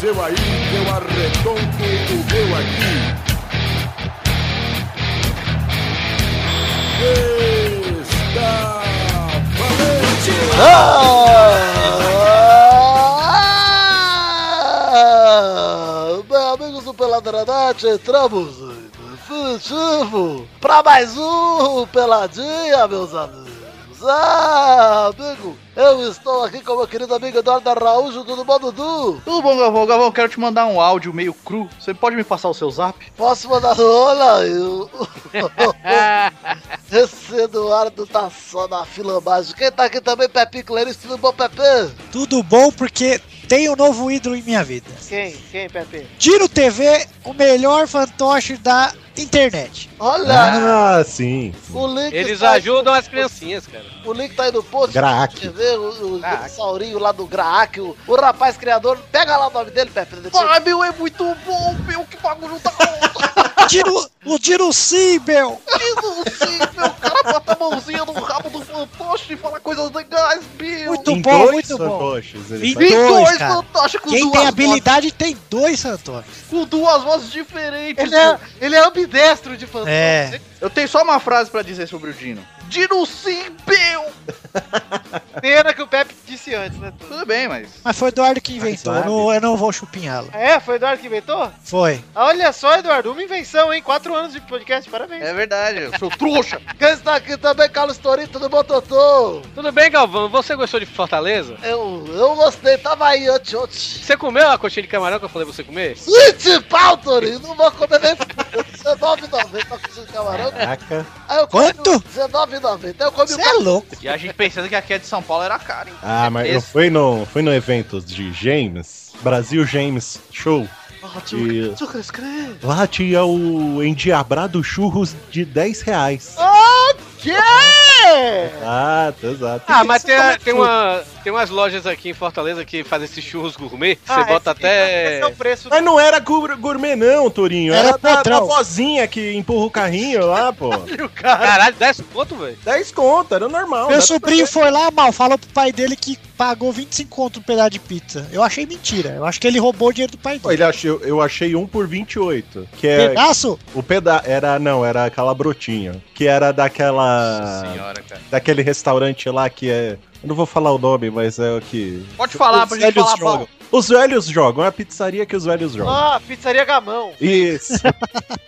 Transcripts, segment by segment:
seu aí, eu arredonto o meu aqui. Está valente! Ah! Bem, amigos do Peladranete, entramos em definitivo para mais um Peladinha, meus amigos. Ah, amigo, eu estou aqui com meu querido amigo Eduardo Araújo, tudo bom, Dudu? Tudo bom, Galvão? Galvão, quero te mandar um áudio meio cru. Você pode me passar o seu zap? Posso mandar um rola? Eu... Esse Eduardo tá só na fila baixa. Quem tá aqui também, Pepinho Clarice, tudo bom, Pepe? Tudo bom porque tem um novo ídolo em minha vida. Quem? Quem, Pepe? Tiro TV, o melhor fantoche da internet. Olha, Ah, sim. o link Eles tá- ajudam as criancinhas, cara. O link tá aí no post. Graak. Você vê o, o Graak. dinossaurinho lá do Graak, o, o rapaz criador. Pega lá o nome dele, Pepe. Ah, meu, é muito bom, meu, que bagulho da hora. Tiro, o Tiro Cibel. Jesus, sim, meu, o cara bota a mãozinha no rabo do fantoche e fala coisas legais, meu. Muito Em bom, dois muito bom. fantoches, ele Vinte- faz- dois, cara. fantoches com Quem duas tem vozes, habilidade tem dois fantoches. com duas vozes diferentes. Ele é, ele é ambidestro de fantoche. É. Eu tenho só uma frase pra dizer sobre o Dino. Dino sim, meu. Pena que o Pepe disse antes, né? Tudo bem, mas. Mas foi o Eduardo que inventou. Eu sabe. não, eu não vou chupinhá-lo. É, foi o Eduardo que inventou? Ah, Foi. Olha só, Eduardo, uma invenção, hein? Quatro anos de podcast, parabéns. É verdade, eu sou trouxa. Quem está aqui também, Carlos Torino, tudo bom, Totô? Tudo bem, Galvão? Você gostou de Fortaleza? Eu, eu gostei, tava aí antes, antes. Você comeu a coxinha de camarão que eu falei pra você comer? Vinte pau, Torino, não vou comer nem R$19,90 pra cozinhar um camarão. Caraca. Aí eu Quanto? R$19,90, eu comi um Você é louco. E a gente pensando que aqui é de São Paulo era cara, hein? Ah, mas eu Esse- fui no, fui no evento de James, Brasil James Show. E Tio Cris Cris. lá tinha o endiabrado churros de 10 reais. É! Exato, exato. Ah, mas tem, a- tem, uma, tem umas lojas aqui em Fortaleza que fazem esses churros gourmet. Ah, que Você bota até. Esse é o preço. Mas não era gur- gourmet não, Torinho. Era Era, da, da patrão. vozinha que empurra o carrinho lá, pô. Caralho, 10 conto, velho. 10 conto, era normal. Meu dá sobrinho foi lá mal, falou pro pai dele que pagou 25 conto um pedaço de pizza. Eu achei mentira. Eu acho que ele roubou o dinheiro do pai Pô, dele. Ele achei, eu achei um por 28, que é Pedaço? o peda era não, era aquela brotinha, que era Ah. daquela senhora, cara. daquele restaurante lá que é, eu não vou falar o nome, mas é o que Pode falar os pra gente velhos falar jogam. bom. Os velhos jogam, é a pizzaria que os velhos jogam. Ah, pizzaria Gamão. Isso.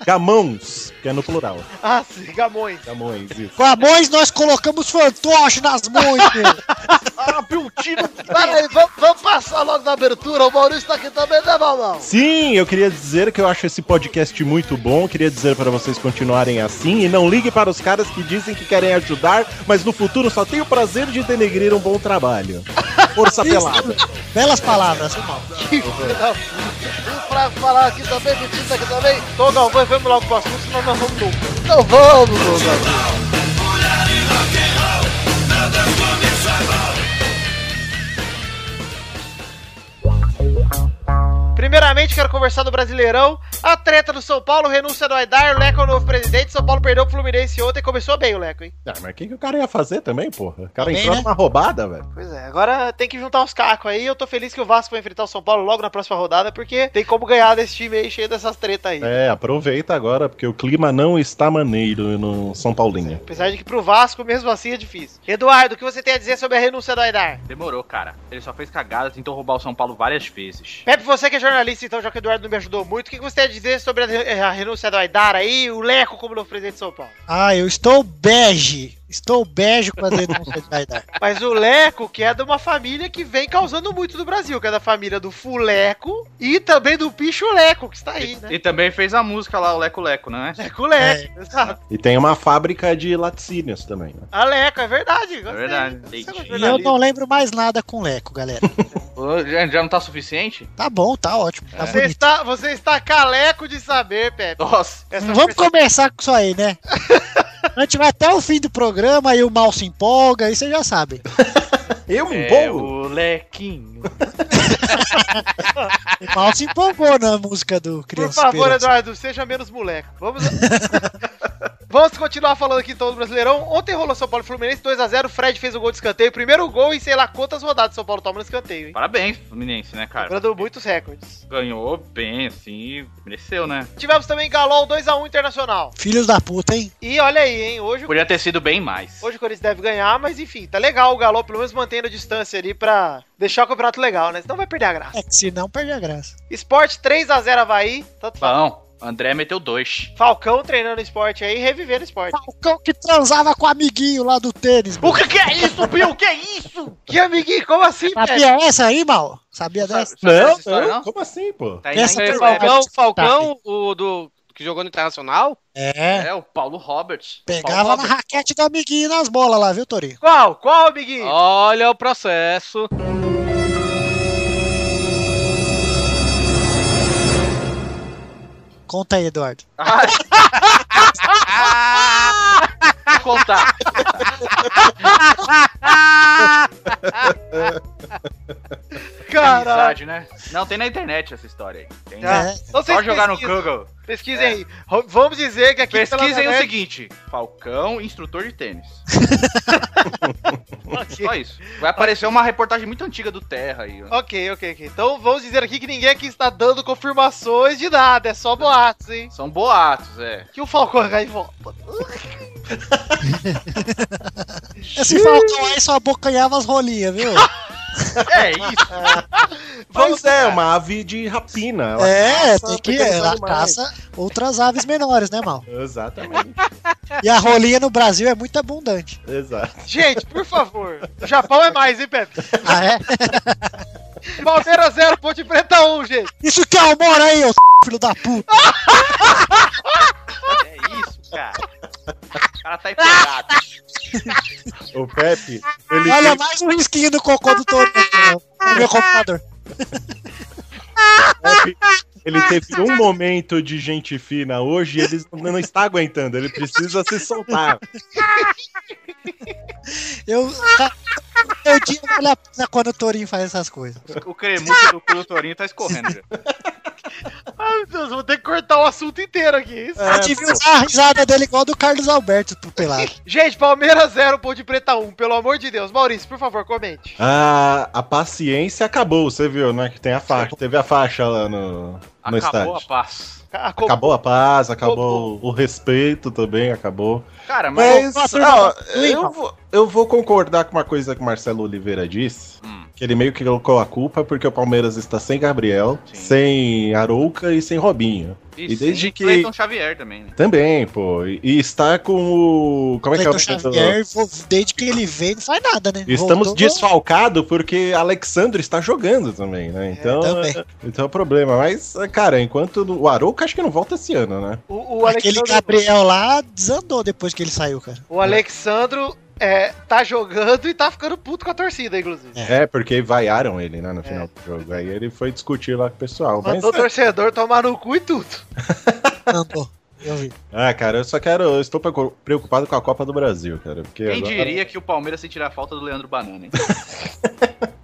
Gamões, que é no plural. Ah, sim, Gamões. Gamões, isso. Com a mãos nós colocamos fantoche nas mãos, meu. Ah, meu Dino. Peraí, vamos, vamos passar logo na abertura. O Maurício tá aqui também, né, Balão? Sim, eu queria dizer que eu acho esse podcast muito bom. Queria dizer para vocês continuarem assim e não ligue para os caras que dizem que querem ajudar, mas no futuro só tem o prazer de denegrir um bom trabalho. Força pelada. Belas palavras, foi mal. E pra falar aqui também, Vitinho tá aqui também. Tô, Galvão, vamos logo pro assunto, senão nós vamos nunca. Então vamos, meu garoto. Primeiramente, quero conversar do Brasileirão. A treta do São Paulo, renúncia do Aidar, o Leco é o novo presidente. São Paulo perdeu o Fluminense ontem. Começou bem o Leco, hein? Ah, mas o que, que o cara ia fazer também, porra? O cara Também, entrou né? numa roubada, velho. Pois é, agora tem que juntar os cacos aí. Eu tô feliz que o Vasco vai enfrentar o São Paulo logo na próxima rodada, porque tem como ganhar desse time aí cheio dessas tretas aí. É, aproveita agora, porque o clima não está maneiro no São Paulinho. Apesar de que pro Vasco, mesmo assim, é difícil. Eduardo, o que você tem a dizer sobre a renúncia do Aidar? Demorou, cara. Ele só fez cagada, tentou roubar o São Paulo várias vezes. Pepe, você que é jornalista, então, já que o Eduardo não me ajudou muito, o que você tem a dizer sobre a, re- a renúncia do Aidar aí, o Leco como novo presidente de São Paulo? Ah, eu estou bege. Estou bege com a denúncia de Aidar. Mas o Leco, que é de uma família que vem causando muito no Brasil, que é da família do Fuleco e também do Pichuleco, que está aí, né? E também fez a música lá, o Leco Leco, né? Leco É. Leco, exato. E tem uma fábrica de laticínios também, né? A Leco, é verdade. gostei. verdade. Você é um Leite. E eu jornalista. não lembro mais nada com Leco, galera. Ô, Já, já não tá suficiente? Tá bom, tá ótimo. É, Tá Você bonito. está, você está caleco de saber, Pepe. Nossa. É Essa Não vamos começar conversa- com isso aí, né? A gente vai até o fim do programa e o mal se empolga, aí você já sabe. um Eu me É, empolgo? o Lequinho. O mal se empolgou na música do Por Criança favor, Esperança. Eduardo, seja menos moleque. Vamos. Vamos continuar falando aqui então do Brasileirão. Ontem rolou São Paulo e Fluminense 2x0. O Fred fez o gol de escanteio. Primeiro gol em sei lá quantas rodadas o São Paulo toma no escanteio, hein? Parabéns, Fluminense, né, cara? Quebrando muitos recordes. Ganhou bem, assim, mereceu, né? Tivemos também Galol 2x1 Internacional. Filhos da puta, hein? E olha aí, hein? Hoje, o- Podia ter sido bem mais. hoje o Corinthians deve ganhar, mas enfim, tá legal o Galol, pelo menos mantendo a distância ali pra deixar o campeonato legal, né? Senão vai perder a graça. É que se não, perde a graça. Esporte 3x0 Havaí. Tanto faz. Bom, André meteu dois. Falcão treinando esporte aí, revivendo esporte. Falcão que transava com o amiguinho lá do tênis. O que, que é isso, Bill? O que é isso? Que amiguinho? Como assim, velho? Sabia essa aí, Mal? Sabia dessa? Sabe Não, essa história, não, não? como assim, pô? Tá aí Essa na É, foi internet. Falcão, Roberto Tá. Falcão, o do que jogou no Internacional? É. É, o Paulo Roberts. Paulo Pegava na raquete do amiguinho nas bolas lá, viu, Torinho? Qual? Qual, amiguinho? Olha o processo. Conta aí, Eduardo. Vou contar. Caralho. Amizade, né? Não, tem na internet essa história aí. Tem. Ah, É. Então Só vocês jogar no pesquisam. Google. Pesquisem aí. Ro- Vamos dizer que aqui Pesquisem pela o net- seguinte: Falcão, instrutor de tênis. Só isso. Vai aparecer uma reportagem muito antiga do Terra aí. ó. Ok, ok, ok. Então vamos dizer aqui que ninguém aqui está dando confirmações de nada, é só boatos, hein? São boatos, é. Que o Falcão cai em volta. Esse Falcão aí só abocanhava as rolinhas, viu? É isso. Pois é, uma ave de rapina. ela É, caça tem que. pequenos Ela animais. caça outras aves menores, né, Mal? Exatamente, E a rolinha no Brasil é muito abundante. exato. Gente, por favor. O Japão é mais, hein, Pepe? Ah, é? Palmeiras 0, Ponte Preta 1, gente. Isso que é humor aí, ô filho da puta! É isso, cara. O cara tá aí pegado. O Pepe, ele Olha tem- mais um risquinho no cocô do Torinho no meu computador. Pepe, ele teve um momento de gente fina hoje e ele não não está aguentando, ele precisa se soltar. Eu. Tá, eu dia vale a pena quando o Torinho faz essas coisas. O cremuço do cu do Torinho tá escorrendo. já. Ai, meu Deus, vou ter que cortar o assunto inteiro aqui. é Isso. Eu devia usar a risada dele igual a do Carlos Alberto pro pelado. Gente, Palmeiras 0, Ponte Preta 1, pelo amor de Deus. Maurício, por favor, comente. Ah, a paciência acabou, você viu, né? Que tem a faixa, teve a faixa lá no, no Acabou a estádio. paz. Ah, A co- Acabou a paz, acabou o respeito também, acabou. Cara, mas. Mas, Mas, ó, Ui, eu, vou, eu vou concordar com uma coisa que o Marcelo Oliveira disse, Hum. que ele meio que colocou a culpa porque o Palmeiras está sem Gabriel, Sim. sem Arouca e sem Robinho. E desde sem que- Cleiton Xavier também, né? Também, pô. E, e está com o... Como é que é o Cleiton nome do- Xavier, vo- desde que ele veio, não faz nada, né? Estamos Voltou- desfalcados porque Alexandre está jogando também, né? Então é, também. então é o problema. Mas, cara, enquanto o Arouca acho que não volta esse ano, né? O, o Aquele Alexandre- Gabriel lá desandou depois que ele saiu, cara. O Alexandro é, tá jogando e tá ficando puto com a torcida, inclusive. É, porque vaiaram ele, É. né, no final do jogo. Aí ele foi discutir lá com o pessoal. Mas, Mandou o torcedor tomar no cu e tudo. Andou. Eu vi. ah, cara, eu só quero. Eu estou preocu- preocupado com a Copa do Brasil, cara. Porque Quem É, agora- diria que o Palmeiras se tirar a falta do Leandro Banana, hein?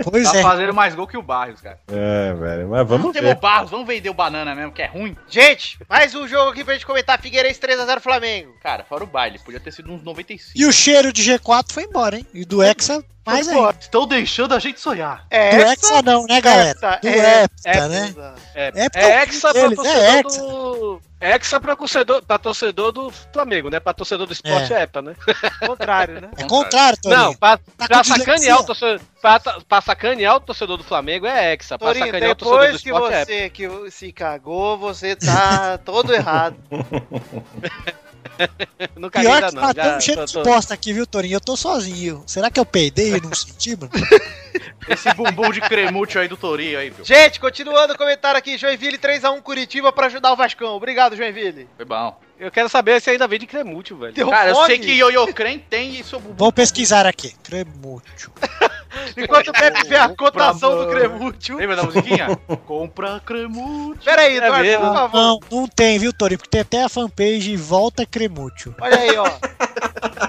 Pois Tá é. fazendo mais gol que o Barros, cara. É, velho. Mas vamos Temos o ver. Barros, vamos vender o Banana mesmo, que é ruim. Gente, mais um jogo aqui pra gente comentar. Figueirense 3x0 Flamengo. Cara, fora o baile, podia ter sido uns 95. E o cheiro de G4 foi embora, hein? E do Hexa, mais ainda. Estão deixando a gente sonhar. É Do Hexa não, né, galera? Do é, Hexa, né? É, É, porque É hexa pra Eles- é torcedor hexa. do. É hexa pra torcedor, pra torcedor do Flamengo, né? Pra torcedor do esporte é, hepa, né? o contrário, né? é contrário, Torinho. Não, pra, tá pra com sacanear, o dislexia. torcedor, pra, ta- pra sacanear o torcedor do Flamengo é hexa. Pra Torinho, sacanear o torcedor do depois que esporte é hexa. você que se cagou, você tá todo errado. Não caguei Pior ainda que não. tá Já, dando cheiro tô- de tô- bosta aqui, viu, Torinho? Eu tô sozinho. Será que eu peidei e não senti, mano? Esse bumbum de cremúcio aí do Torinho aí, viu? Gente, continuando o comentário aqui. Joinville 3x1 Curitiba pra ajudar o Vascão. Obrigado, Joinville. Foi bom. Eu quero saber se ainda vem de cremútil, velho. Deu Cara, eu fome. sei que Yoyo Crem tem e seu bumbum. Vou pesquisar aqui. Cremútil. Enquanto o Pepe vê a cotação do Cremútil... Lembra da musiquinha? Compra cremúcio. Pera aí, Eduardo, mesmo. por favor. Não, não tem, viu, Torinho? Porque tem até a fanpage Volta Cremútil. Olha aí, ó.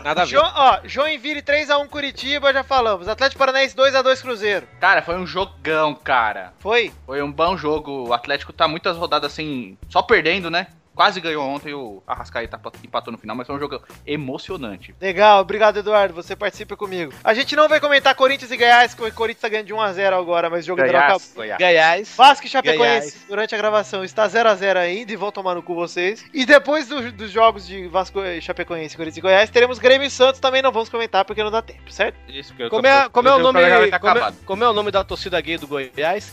Nada a Jo, ver. ó, Joinville 3x1 Curitiba, já falamos. Atlético Paranaense 2x2 Cruzeiro. Cara, foi um jogão, cara. Foi? Foi um bom jogo. O Atlético tá muitas rodadas assim, só perdendo, né? Quase ganhou ontem, o Arrascaeta empatou no final, mas foi um jogo emocionante. Legal, obrigado, Eduardo. Você participa comigo. A gente não vai comentar Corinthians e Goiás, que o Corinthians tá um ganhando de 1x0 agora, mas o jogo ainda não acabou. Goiás, Goiás. Goiás. Vasco e Chapecoense, durante a gravação, está 0x0 ainda e vão tomar no cu vocês. E depois do- dos jogos de Vasco e Chapecoense, Corinthians e Goiás, teremos Grêmio e Santos, também não vamos comentar porque não dá tempo, certo? Isso, porque Como é, o- como é o nome. programa já tá como, é, acabado. como é o nome da torcida gay do Goiás?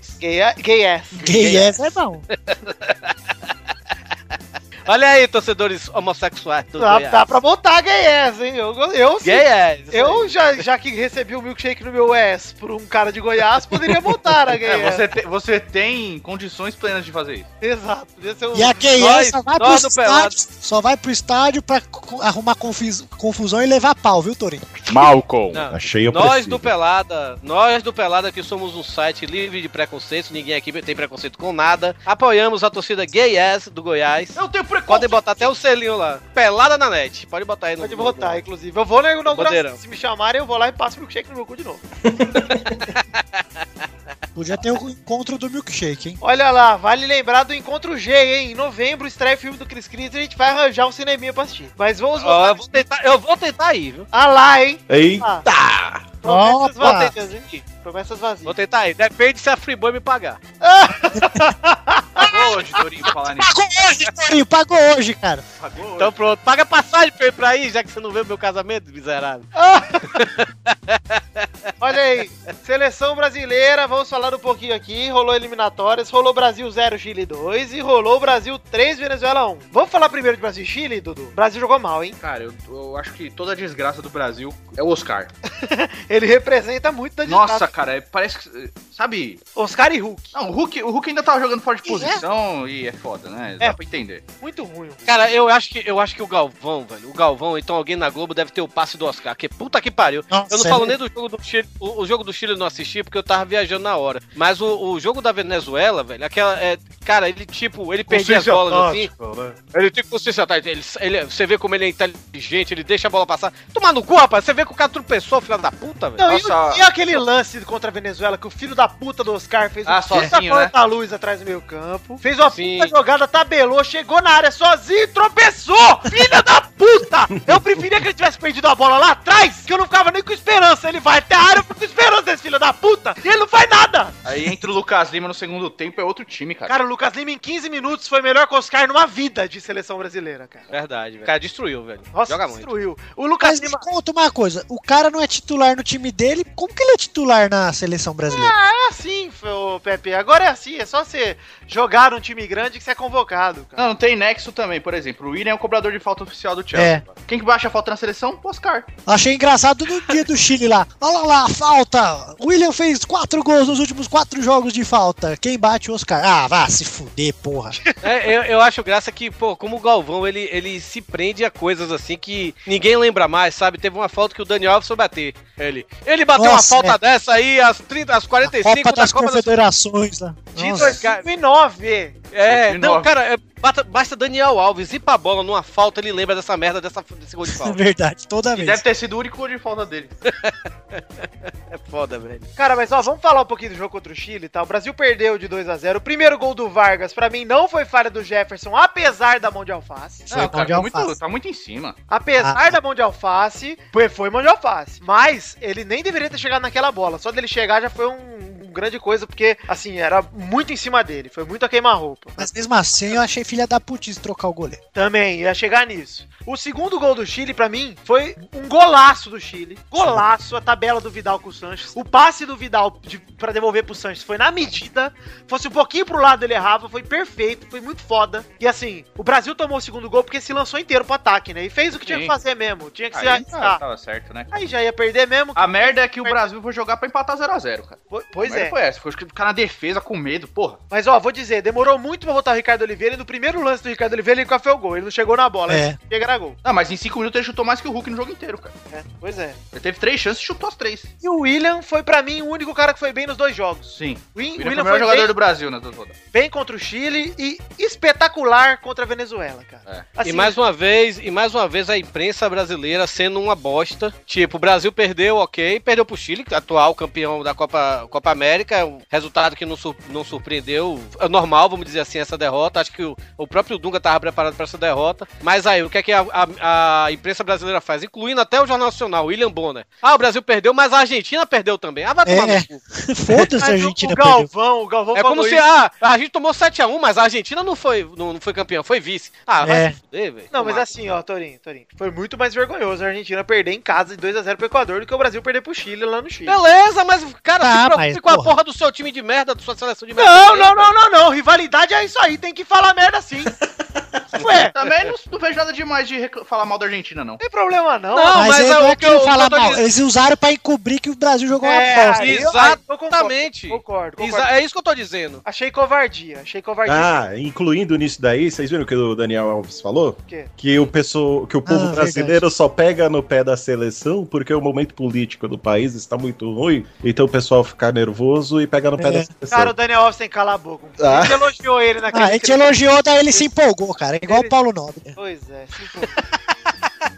Gay. Gay gay ass. Gay yes é bom. Olha aí, torcedores homossexuais do Ah, Dá, tá. Goiás. dá pra montar gay ass, hein? Eu, eu, Gay ass, isso eu aí. já, já que recebi o milkshake no meu ass por um cara de Goiás, poderia montar a gay É, ass. você, te- você tem condições plenas de fazer isso. Exato, podia ser um... E a gay Nós- yes só vai pro nós do Pelado. estádio, só vai pro estádio pra co- arrumar confis- confusão e levar pau, viu, Torinho? Malcolm. Não. Achei eu Nós do Pelada, nós do Pelada que somos um site livre de preconceitos, ninguém aqui tem preconceito com nada. Apoiamos a torcida gay ass do Goiás. Eu tenho Podem botar até o selinho lá. Pelada na net. Pode botar aí no Pode no- votar, inclusive. Eu vou na inauguração. Bandeirão. Se me chamarem, eu vou lá e passo o milkshake no meu cu de novo. Podia ter o encontro do milkshake, hein? Olha lá, vale lembrar do Encontro G, hein? Em novembro estreia o filme do Chris Cris e a gente vai arranjar um cineminha pra assistir. Mas vamos Ó, voltar. eu, vou tentar, eu vou tentar ir, viu? Ah lá, hein? Ei, Ah, promessas Opa! vazias, hein? Promessas vazias. Vou tentar ir. Depende se a Freeboy me pagar. Pagou hoje, Dorinho, falar nisso. Pagou hoje, Torinho, pagou hoje, cara. Pagou hoje. Então pronto, paga passagem pra, ir pra ir, já que você não vê o meu casamento, miserável. Olha aí, seleção brasileira, vamos falar um pouquinho aqui. Rolou eliminatórias, rolou Brasil 0, Chile 2 e rolou Brasil 3, Venezuela 1. Vamos falar primeiro de Brasil e Chile, Dudu? O Brasil jogou mal, hein? Cara, eu, eu acho que toda a desgraça do Brasil é o Oscar. Ele representa muito da Nossa, cara, é- parece que. Sabe? Oscar e Hulk. Não, o Hulk, o Hulk ainda tava jogando fora de posição e é foda, né? Dá É. pra entender. Muito ruim. Cara, eu acho que eu acho que o Galvão, velho. O Galvão, então alguém na Globo deve ter o passe do Oscar. Que puta que pariu. Nossa, é Eu não falo nem do jogo do Chile. O, o jogo do Chile eu não assisti porque eu tava viajando na hora. Mas o, o jogo da Venezuela, velho, aquela. é, cara, ele tipo, ele perdia as bolas assim. Ele tem consciência, tá? Ele, ele- você vê como ele é inteligente, ele deixa a bola passar. Tomar no cu, rapaz. Você vê que o cara tropeçou, filha da puta, velho. Não, e, Nossa. o- e aquele lance contra a Venezuela que o filho da puta do Oscar fez Ah, um puta sozinho, né? luz atrás do meio campo. Fez uma Sim. puta jogada, tabelou, chegou na área sozinho e tropeçou! Filha da puta! Eu preferia que ele tivesse perdido a bola lá atrás, que eu não ficava nem com esperança. Ele vai até a área, eu fico com esperança desse filho da puta! E ele não faz nada! Aí entra o Lucas Lima no segundo tempo, é outro time, cara. Cara, o Lucas Lima em 15 minutos foi melhor que o Oscar numa vida de seleção brasileira, cara. Verdade, velho. O cara destruiu, velho. Nossa, Joga muito. destruiu. O Lucas Mas me Lima. conta uma coisa, o cara não é titular no time dele, como que ele é titular na seleção Ah. brasileira? É assim, ô, Pepe. Agora é assim, é só você jogar num time grande que você é convocado, cara. Não, não tem nexo também, por exemplo. O William é o cobrador de falta oficial do Chelsea. Quem que baixa a falta na seleção? O Oscar. Achei engraçado no dia do Chile lá. Olha lá, falta! William fez quatro gols nos últimos quatro jogos de falta. Quem bate o Oscar? Ah, vá se fuder, porra. É, eu, eu acho graça que, pô, como o Galvão, ele, ele se prende a coisas assim que ninguém lembra mais, sabe? Teve uma falta que o Daniel Alves foi bater. Ele, ele bateu uma Nossa, falta dessa aí às, 30, às A 45 Copa das- das Confederações lá. De Nossa. 2009. É, não, 19. cara, é, bata- basta Daniel Alves ir pra bola numa falta, ele lembra dessa merda, dessa, desse gol de É falta. verdade, toda E vez. deve ter sido o único gol de falta dele. é foda, velho. Cara, mas ó, vamos falar um pouquinho do jogo contra o Chile, tá? O Brasil perdeu de 2 a 0 O primeiro gol do Vargas, pra mim, não foi falha do Jefferson, apesar da mão de alface. Foi cara, pão de tá alface. muito, tá muito em cima. Apesar da mão de alface, foi, foi mão de alface. Mas ele nem deveria ter chegado naquela bola. Só dele chegar já foi um, um grande coisa, porque, assim, era muito em cima dele. Foi muito a queima-roupa. Mas mesmo assim, eu achei filha da putice trocar o goleiro. Também, ia chegar nisso. O segundo gol do Chile, pra mim, foi um golaço do Chile. Golaço, a tabela do Vidal com o Sanches. O passe do Vidal de, pra devolver pro Sanches foi na medida. Fosse um pouquinho pro lado, ele errava. Foi perfeito, foi muito foda. E assim, o Brasil tomou o segundo gol porque se lançou inteiro pro ataque, né? E fez o que tinha Sim. que fazer mesmo. Tinha que se Aí tá, arriscar. tava certo, né? Aí já ia perder mesmo. A merda é que o Brasil foi jogar pra empatar 0x0, cara. Po- Pois A merda é. Foi essa. Foi ficar na defesa com medo, porra. Mas ó, vou dizer, demorou muito pra voltar o Ricardo Oliveira. E no primeiro lance do Ricardo Oliveira, ele café o gol. Ele não chegou na bola. É. Ele chega na gol. Ah, mas em 5 minutos ele chutou mais que o Hulk no jogo inteiro, cara. É, pois é. Ele teve três chances e chutou as três. E o William foi pra mim o único cara que foi bem nos dois jogos. Sim. O William, O William, foi o foi melhor jogador bem, do Brasil nas duas rodadas. bem contra o Chile e espetacular contra a Venezuela, cara. É. Assim, e mais uma vez, e mais uma vez a imprensa brasileira sendo uma bosta. Tipo, o Brasil perdeu, ok, perdeu pro Chile, atual campeão da Copa, Copa América. Um resultado que não, sur- não surpreendeu. É normal, vamos dizer assim, essa derrota. Acho que o, o próprio Dunga estava preparado para essa derrota. Mas aí, o que é que a, a- a imprensa brasileira faz? Incluindo até o Jornal Nacional, William Bonner. Ah, o Brasil perdeu, mas a Argentina perdeu também. Ah, vai tomar É. no cu. Foda-se a Mas o- Argentina o perdeu. Galvão, o Galvão É como falou se, isso. ah, a gente tomou 7x1, mas a Argentina não foi, não, não foi campeã, foi vice. Ah, vai É. se fuder, velho. Não, mas Tomar. assim, ó, Torinho, Torinho. Foi muito mais vergonhoso a Argentina perder em casa de 2x0 pro Equador do que o Brasil perder pro Chile lá no Chile. Beleza, mas, cara, Tá, se preocupe mas, com a porra. porra do seu time de merda, da sua seleção de merda. Não, não, não, não, não. Rivalidade é isso aí, tem que falar merda assim. sim. Ué, não Também não, não vejo nada demais de recla- falar mal da Argentina, não. tem problema não. Não, Mas, mas aí é o não é que que eu eu- falar que eu tô mal. dizendo. Eles usaram pra encobrir que o Brasil jogou é uma bosta. aí eu- Exatamente. aí eu Concordo, concordo. Exa- É isso que eu tô dizendo. Achei covardia, achei covardia. Ah, incluindo nisso daí, vocês viram o que o Daniel Alves falou? quê? Que o, pessoa, que o povo Ah, brasileiro só pega no pé da seleção porque o momento político do país está muito ruim, então o pessoal fica nervoso e pega no pé É. da seleção. Cara, o Daniel Alves tem que calar a boca. Ah. A gente elogiou ele naquele Ah, a gente clipe. elogiou, daí ele se empolgou, cara. É igual o Paulo Nobre. Pois é, sim, pô.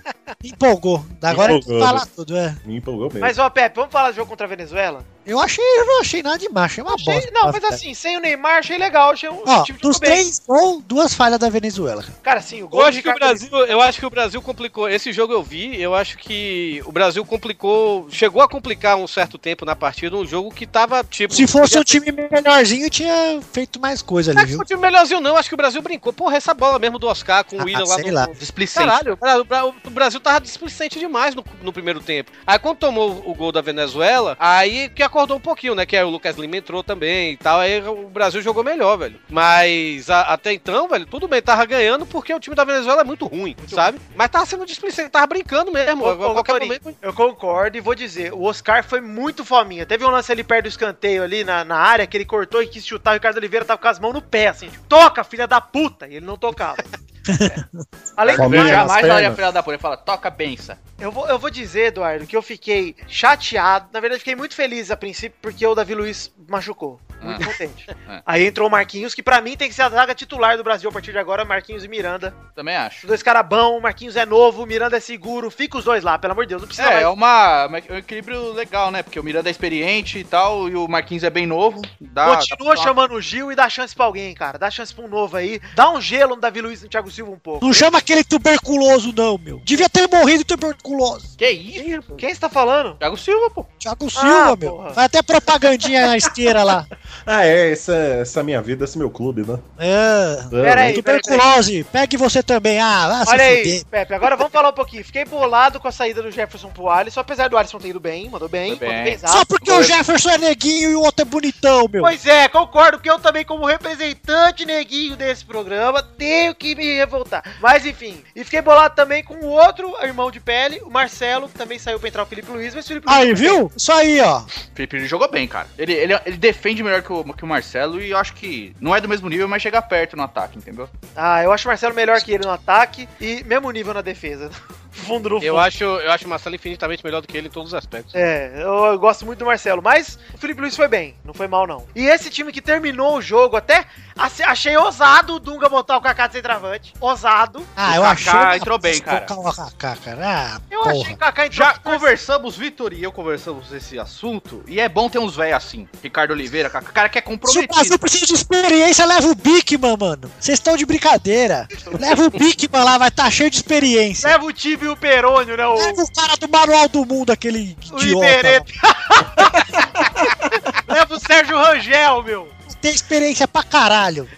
Empolgou. Agora Empolgou. fala tudo, é. Me empolgou mesmo. Mas, ó, Pepe, vamos falar do jogo contra a Venezuela? Eu achei, eu não achei nada demais, achei uma Achei- bosta. não, mas assim, sem o Neymar, achei legal. Achei um tá Ó, time dos jogou bem. três gols, duas falhas da Venezuela. cara. Cara, sim, o Eu gol acho, que o Ricardo- Brasil, eu acho que o Brasil complicou. Esse jogo eu vi, eu acho que o Brasil complicou. Chegou a complicar um certo tempo na partida, um jogo que tava tipo. Se fosse um time melhorzinho, tinha feito mais coisa Não ali, é que viu? foi um time melhorzinho, não. Acho que o Brasil brincou. Porra, essa bola mesmo do Oscar com o Ah, William lá sei no- lá. Displicente. Caralho, o Bra- o Brasil tava displicente demais no, no primeiro tempo. Aí quando tomou o gol da Venezuela, aí que acordou um pouquinho, né? Que aí o Lucas Lima entrou também e tal. Aí o Brasil jogou melhor, velho. Mas a- até então, velho, tudo bem, tava ganhando porque o time da Venezuela é muito ruim, sabe? Mas tava sendo displicente, tava brincando mesmo. Ô, a ô, qualquer Torinho, momento. Eu concordo e vou dizer, o Oscar foi muito fominha. Teve um lance ali perto do escanteio ali na, na área que ele cortou e quis chutar. O Ricardo Oliveira tava com as mãos no pé, assim. tipo, Toca, filha da puta! E ele não tocava. É. Além do Palmeiras. mais, Jamais ela ia pernas. filha da puta. Ele fala, toca benção. eu vou, eu vou dizer, Eduardo, que eu fiquei chateado. Na verdade, fiquei muito feliz a princípio porque o Davi Luiz machucou. Muito Ah. contente. Ah. Aí entrou o Marquinhos, que pra mim tem que ser a zaga titular do Brasil a partir de agora, Marquinhos e Miranda. Também Os acho. dois caras bons, Marquinhos é novo, Miranda é seguro. Fica os dois lá, pelo amor de Deus. Não precisa É, mais é uma, uma- um equilíbrio legal, né? Porque o Miranda é experiente e tal, e o Marquinhos é bem novo. Dá, Continua dá pra- chamando o Gil e dá chance pra alguém, cara. Dá chance pra um novo aí. Dá um gelo no Davi Luiz e no Thiago Silva um pouco. Não chama aquele tuberculoso, não, meu. Devia ter morrido tuberculoso. Que é isso? Quem você tá falando? Thiago Silva, pô. Thiago Silva, meu. Ah, porra. Vai até propagandinha na esteira lá. Ah, é, essa, essa minha vida, esse meu clube, né? É. Pera aí. Tuberculose, pegue você também. Ah, vai Olha se aí, fuder. Pepe, agora vamos falar um pouquinho. Fiquei bolado com a saída do Jefferson pro Alisson, apesar do Alisson ter ido bem, mandou bem, Foi bem. mandou pesado. Só porque o Jefferson é neguinho e o outro é bonitão, meu. Pois é, concordo que eu também, como representante neguinho desse programa, tenho que me revoltar. Mas enfim, e fiquei bolado também com o outro irmão de pele, o Marcelo, que também saiu pra entrar o Felipe Luiz, mas o Felipe Aí, Luiz. viu? Isso aí, ó. Felipe Luiz jogou bem, cara. Ele, ele, ele defende melhor que o, que o Marcelo e eu acho que não é do mesmo nível, mas chega perto no ataque, entendeu? Ah, eu acho o Marcelo melhor que ele no ataque e mesmo nível na defesa. né? fundo no fundo. Eu acho, eu acho o Marcelo infinitamente melhor do que ele em todos os aspectos. É, eu, eu gosto muito do Marcelo, mas o Felipe Luiz foi bem, não foi mal não. E esse time que terminou o jogo, até ace- achei ousado o Dunga botar o Kaká de centroavante, ousado. Ah, O eu Kaká achei. uma entrou bem, bosta cara. colocar o Kaká, cara. Ah, Eu porra. achei que o Kaká entrou Já com conversamos, Vitor e eu conversamos esse assunto, e é bom ter uns velhos assim. Ricardo Oliveira, cara, cara que é Se o comprometido. Brasil precisa de experiência, leva o Bigman, mano. Vocês estão de brincadeira. Leva o Bigman lá, vai estar cheio de experiência. Leva o Tibi e o Perônio, né? O, Leva o cara do Manual do Mundo, aquele o idiota. lá. Iberê. Leva o Sérgio Rangel, meu. Tem experiência pra caralho.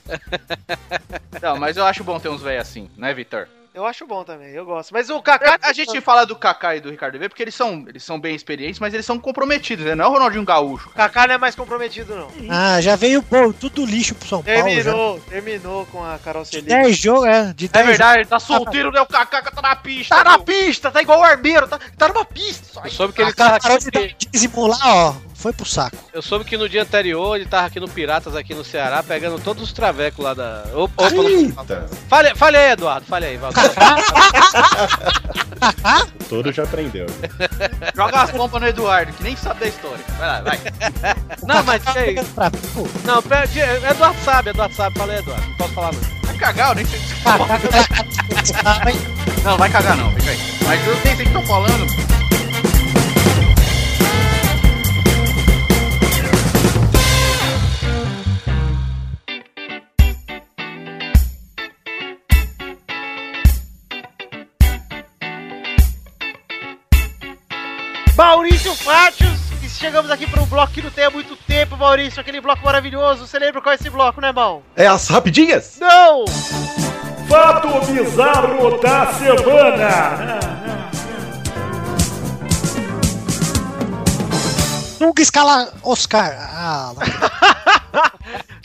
Não, mas eu acho bom ter uns velhos assim, né, Vitor? Eu acho bom também, eu gosto. Mas o Kaká, A gente fala do Kaká e do Ricardo Oliveira porque eles são, eles são bem experientes, mas eles são comprometidos, né? Não é o Ronaldinho Gaúcho. o Kaká não é mais comprometido, não. Ah, já veio bom, tudo lixo pro São Paulo. Já. Terminou, terminou com a Carol De Celina. 10 jogos, é. De 10 ele tá solteiro, né? O Kaká tá na pista. Tá na meu. pista, tá igual o Armeiro, tá, tá numa pista. Só Eu isso. soube que jogos. ele O cara tava parou de aqui. dar dízimo lá, ó. Foi pro saco. Eu soube que no dia anterior ele tava aqui no Piratas, aqui no Ceará, pegando todos os travecos lá da. Opa, opa, não- Eita, Falha, falha aí, Eduardo, falha aí, Valdo. o touro já aprendeu. Joga as bombas no Eduardo, que nem sabe da história. Vai lá, vai. Não, Tá mas é isso. Pra mim, pô, o Não, pera, de- Eduardo sabe, Eduardo sabe. Fala aí, Eduardo. Não posso falar, não. Vai cagar, eu nem sei o que você tá falando. Kaká tá lá, mas Não, vai cagar não, fica aí. Mas eu nem sei o que tô falando. Fácil Fátios. E chegamos aqui para um bloco que não tem há muito tempo, Maurício. Aquele bloco maravilhoso. Você lembra qual é esse bloco, né, irmão? É as rapidinhas? Não! Fato bizarro da semana. Nunca escala Oscar. Ah, lá.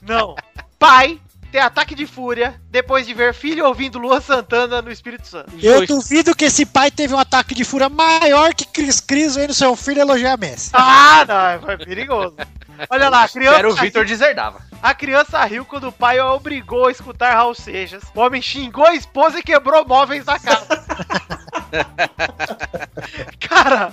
Não. Pai tem ataque de fúria depois de ver filho ouvindo Luan Santana no Espírito Santo. eu Foi. duvido que esse pai teve um ataque de fúria maior que Cris Cris vendo seu filho elogiar Messi. Ah, não, foi perigoso. Olha lá, a criança, Era o Vitor deserdava. a criança riu quando o pai a obrigou a escutar Raul Seixas. O homem xingou a esposa e quebrou móveis da casa. Cara,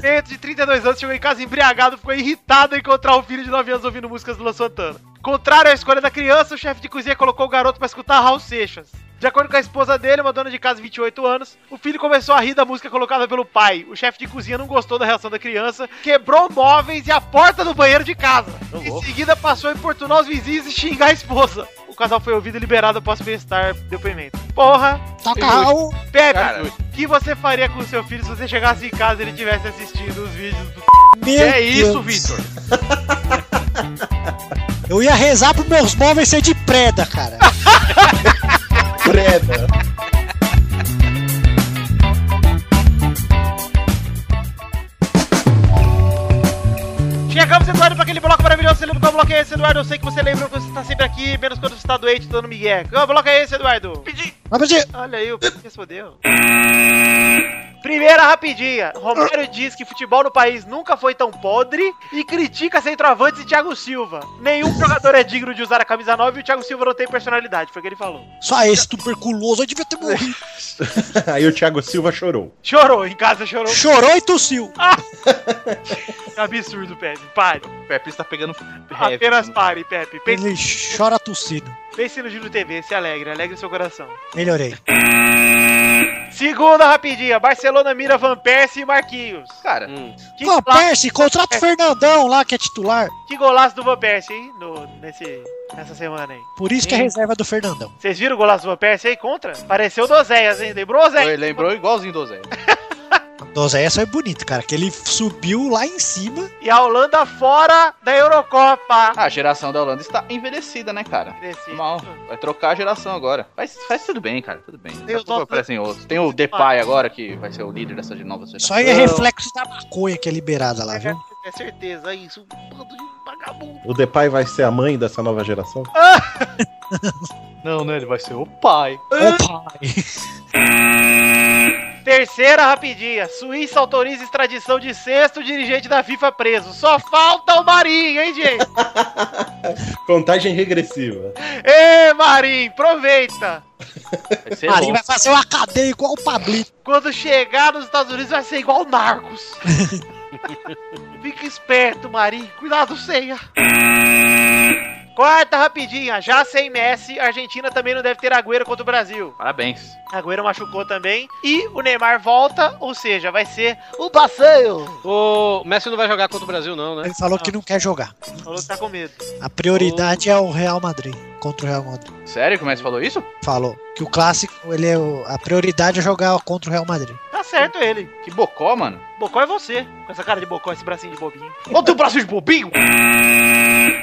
dentro de 32 anos, chegou em casa embriagado, ficou irritado ao encontrar o filho de 9 anos ouvindo músicas do Luan Santana. Contrário à escolha da criança, o chefe de cozinha colocou o garoto pra escutar Raul Seixas. De acordo com a esposa dele, uma dona de casa de 28 anos, o filho começou a rir da música colocada pelo pai. O chefe de cozinha não gostou da reação da criança, quebrou móveis e a porta do banheiro de casa. Em seguida, passou a importunar os vizinhos e xingar a esposa. O casal foi ouvido e liberado após prestar depoimento. Porra, Toca Raul. Pepe, É, Cara, o que você faria com o seu filho se você chegasse em casa e ele tivesse assistido os vídeos do... Meu É isso, Deus. Vitor. Eu ia rezar pros meus móveis ser de preda, cara. Preda. Chegamos, Eduardo, pra aquele bloco maravilhoso. Você lembra qual bloco é esse, Eduardo? Eu sei que você lembra que você tá sempre aqui, menos quando você tá doente, dando migué. Qual bloco é esse, Eduardo? Mas, gente, Olha aí, o Pepe respondeu. Primeira rapidinha. Romero diz que futebol no país nunca foi tão podre e critica centroavantes e Thiago Silva. Nenhum jogador é digno de usar a camisa 9 e o Thiago Silva não tem personalidade, foi o que ele falou. Só esse tuberculoso, eu devia ter morrido. Aí o Thiago Silva chorou. Chorou, em casa chorou. Chorou e tossiu. Que absurdo, Pepe. Pare. O Pepe está pegando. Apenas pare, Pepe. Pense Ele chora tossindo. Pense no Giro TV, se alegre, alegre seu coração. Melhorei. Segunda rapidinha, Barcelona mira Van Persie e Marquinhos. Cara, Hum. Que, Pô, golaço- Percy, contrata o Fernandão lá, que é titular. que golaço do Van Persie, hein? No, nesse, nessa semana, hein? Por isso que é Sim. reserva do Fernandão. Vocês viram o golaço do Van Persie aí contra? Pareceu Dozeias, hein? Lembrou, Ozeias? ele lembrou igualzinho do Zé. Dozéia só é bonito, cara, que ele subiu lá em cima. E a Holanda fora da Eurocopa. Ah, a geração da Holanda está envelhecida, né, cara? Desse- Mal. Vai trocar a geração agora. Mas faz tudo bem, cara. Tudo bem. Daqui Tem a os pouco nossos- aparecem outros. assim, Tem o Depay agora, que vai ser o líder dessa de nova Isso geração. aí é reflexo da maconha que é liberada lá, viu? É certeza, é isso. Um bando de vagabundo. O Depay vai ser a mãe dessa nova geração? Não, né? Ele vai ser o pai. Opa! Terceira rapidinha. Suíça autoriza extradição de sexto dirigente da FIFA preso. Só falta o Marinho, hein, gente? Contagem regressiva. Ê, Marinho, aproveita! Vai ser Marinho É vai bom. fazer uma cadeia igual o Pablito. Quando chegar nos Estados Unidos vai ser igual o Narcos. Fica esperto, Marinho. Cuidado, ceia. Quarta rapidinha. Já sem Messi, a Argentina também não deve ter Agüero contra o Brasil. Parabéns. Agüero machucou também. E o Neymar volta, ou seja, vai ser o passeio. O Messi não vai jogar contra o Brasil, não, né? Ele falou que não quer jogar. Falou que tá com medo. A prioridade é o Real Madrid contra o Real Madrid. Sério que o Messi falou isso? Falou que o clássico, ele é o- a prioridade é jogar contra o Real Madrid. Tá certo ele. Que bocó, mano. Bocó é você. Com essa cara de bocó, esse bracinho de bobinho. Olha o teu braço de bobinho!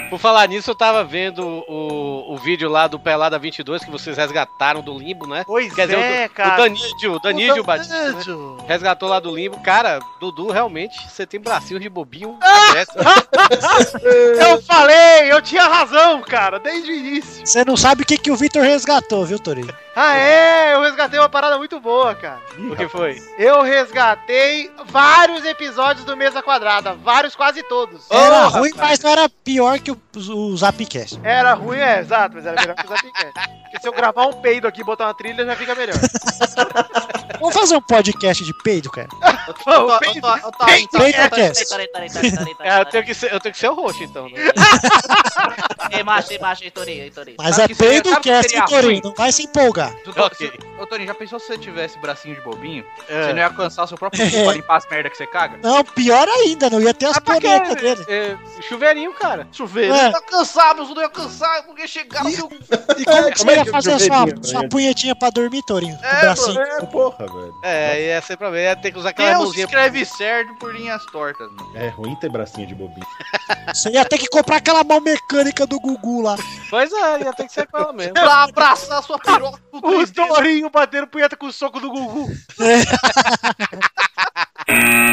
Por falar nisso, eu tava vendo o, o vídeo lá do Pelada 22 que vocês resgataram do limbo, né? Pois Quer dizer, é, o, Dan- cara. o Danídio, o Danídio Puta, Batista, né? Nítio. Resgatou lá do limbo. Cara, Dudu, realmente, você tem bracinho de bobinho. agressivo. Eu falei, eu tinha razão, cara, desde o início. Você não sabe o que, que o Vitor resgatou, viu, Torinho? Ah, é? Eu resgatei uma parada muito boa, cara. o que foi? É, Eu resgatei vários episódios do Mesa Quadrada. Vários, quase todos. Era ruim, mas não era pior que o, o Zapcast. Era ruim, é, exato, mas era melhor que o Zapcast. Porque se eu gravar um peido aqui e botar uma trilha, já fica melhor. Vamos fazer um podcast de peido, cara? Pô, o peido- então, Peidocast. É, eu tenho que ser, eu tenho que ser o roxo, então. né? Tem macho, tem macho, Torinho, Torinho. Mas Sabe é que seria- peido sabe que cast, seria hein, ruim? Torinho. Não vai se empolgar. Tu- Ok. se- Ô, Toninho, já pensou se você tivesse bracinho de bobinho? Você não ia alcançar o seu próprio É. cu pra limpar as merdas que você caga? Não, pior ainda, não ia ter as Ah, pra quê? planetas dele. É, chuveirinho, cara. Chuveiro. É. alcançar, meus não ia alcançar, porque chegaram no seu E como que Como você é ia que fazer eu a sua, veria, sua velho? punhetinha pra dormir, Torinho? Com o É, bracinho. É, porra, velho. É, ia ser pra ver, ia ter que usar aquela Deus mãozinha. escreve certo por linhas tortas, mano. É ruim ter bracinho de bobinho. Você ia ter que comprar aquela mão mecânica do Gugu lá. Pois é, ia ter que ser com ela mesmo. pra abraçar sua Tá. piroca com Os Os Torinho batendo punheta com o soco do Gugu.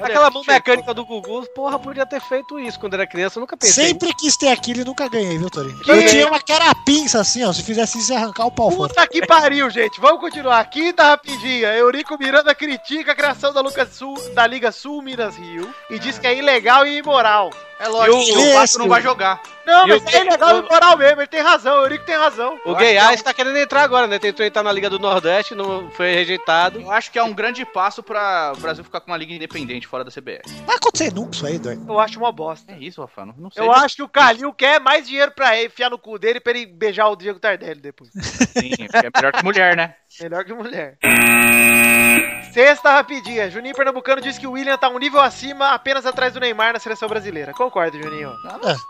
Aquela mão mecânica do Gugu, porra, podia ter feito isso quando era criança, eu nunca pensei. Sempre quis ter aquilo e nunca ganhei, viu, Torinho? Eu tinha uma carapinça assim, ó. Se fizesse isso, ia arrancar o pau fora. Puta que pariu, gente. Vamos continuar. Quinta rapidinha. Eurico Miranda critica a criação da, Lucas Sul- da Liga Sul Minas Rio e diz que é ilegal e imoral. É lógico, E o- o Vasco não vai jogar. Não, E mas o- é ilegal e imoral mesmo. Ele tem razão. O Eurico tem razão. O Gay Ice tá querendo entrar agora, né? Tentou entrar na Liga do Nordeste, não foi rejeitado. Eu acho que é um grande passo pra o Brasil ficar com uma liga independente fora da CBF. Vai acontecer nunca isso aí, Dorinho. Eu acho uma bosta. É isso, Rafa, não, não sei. Eu acho que o Calil quer mais dinheiro pra ele, enfiar no cu dele pra ele beijar o Diego Tardelli depois. Sim, porque é melhor que mulher, né? Melhor que mulher. Sexta rapidinha. Juninho Pernambucano diz que o William tá um nível acima, apenas atrás do Neymar na seleção brasileira. Concordo, Juninho.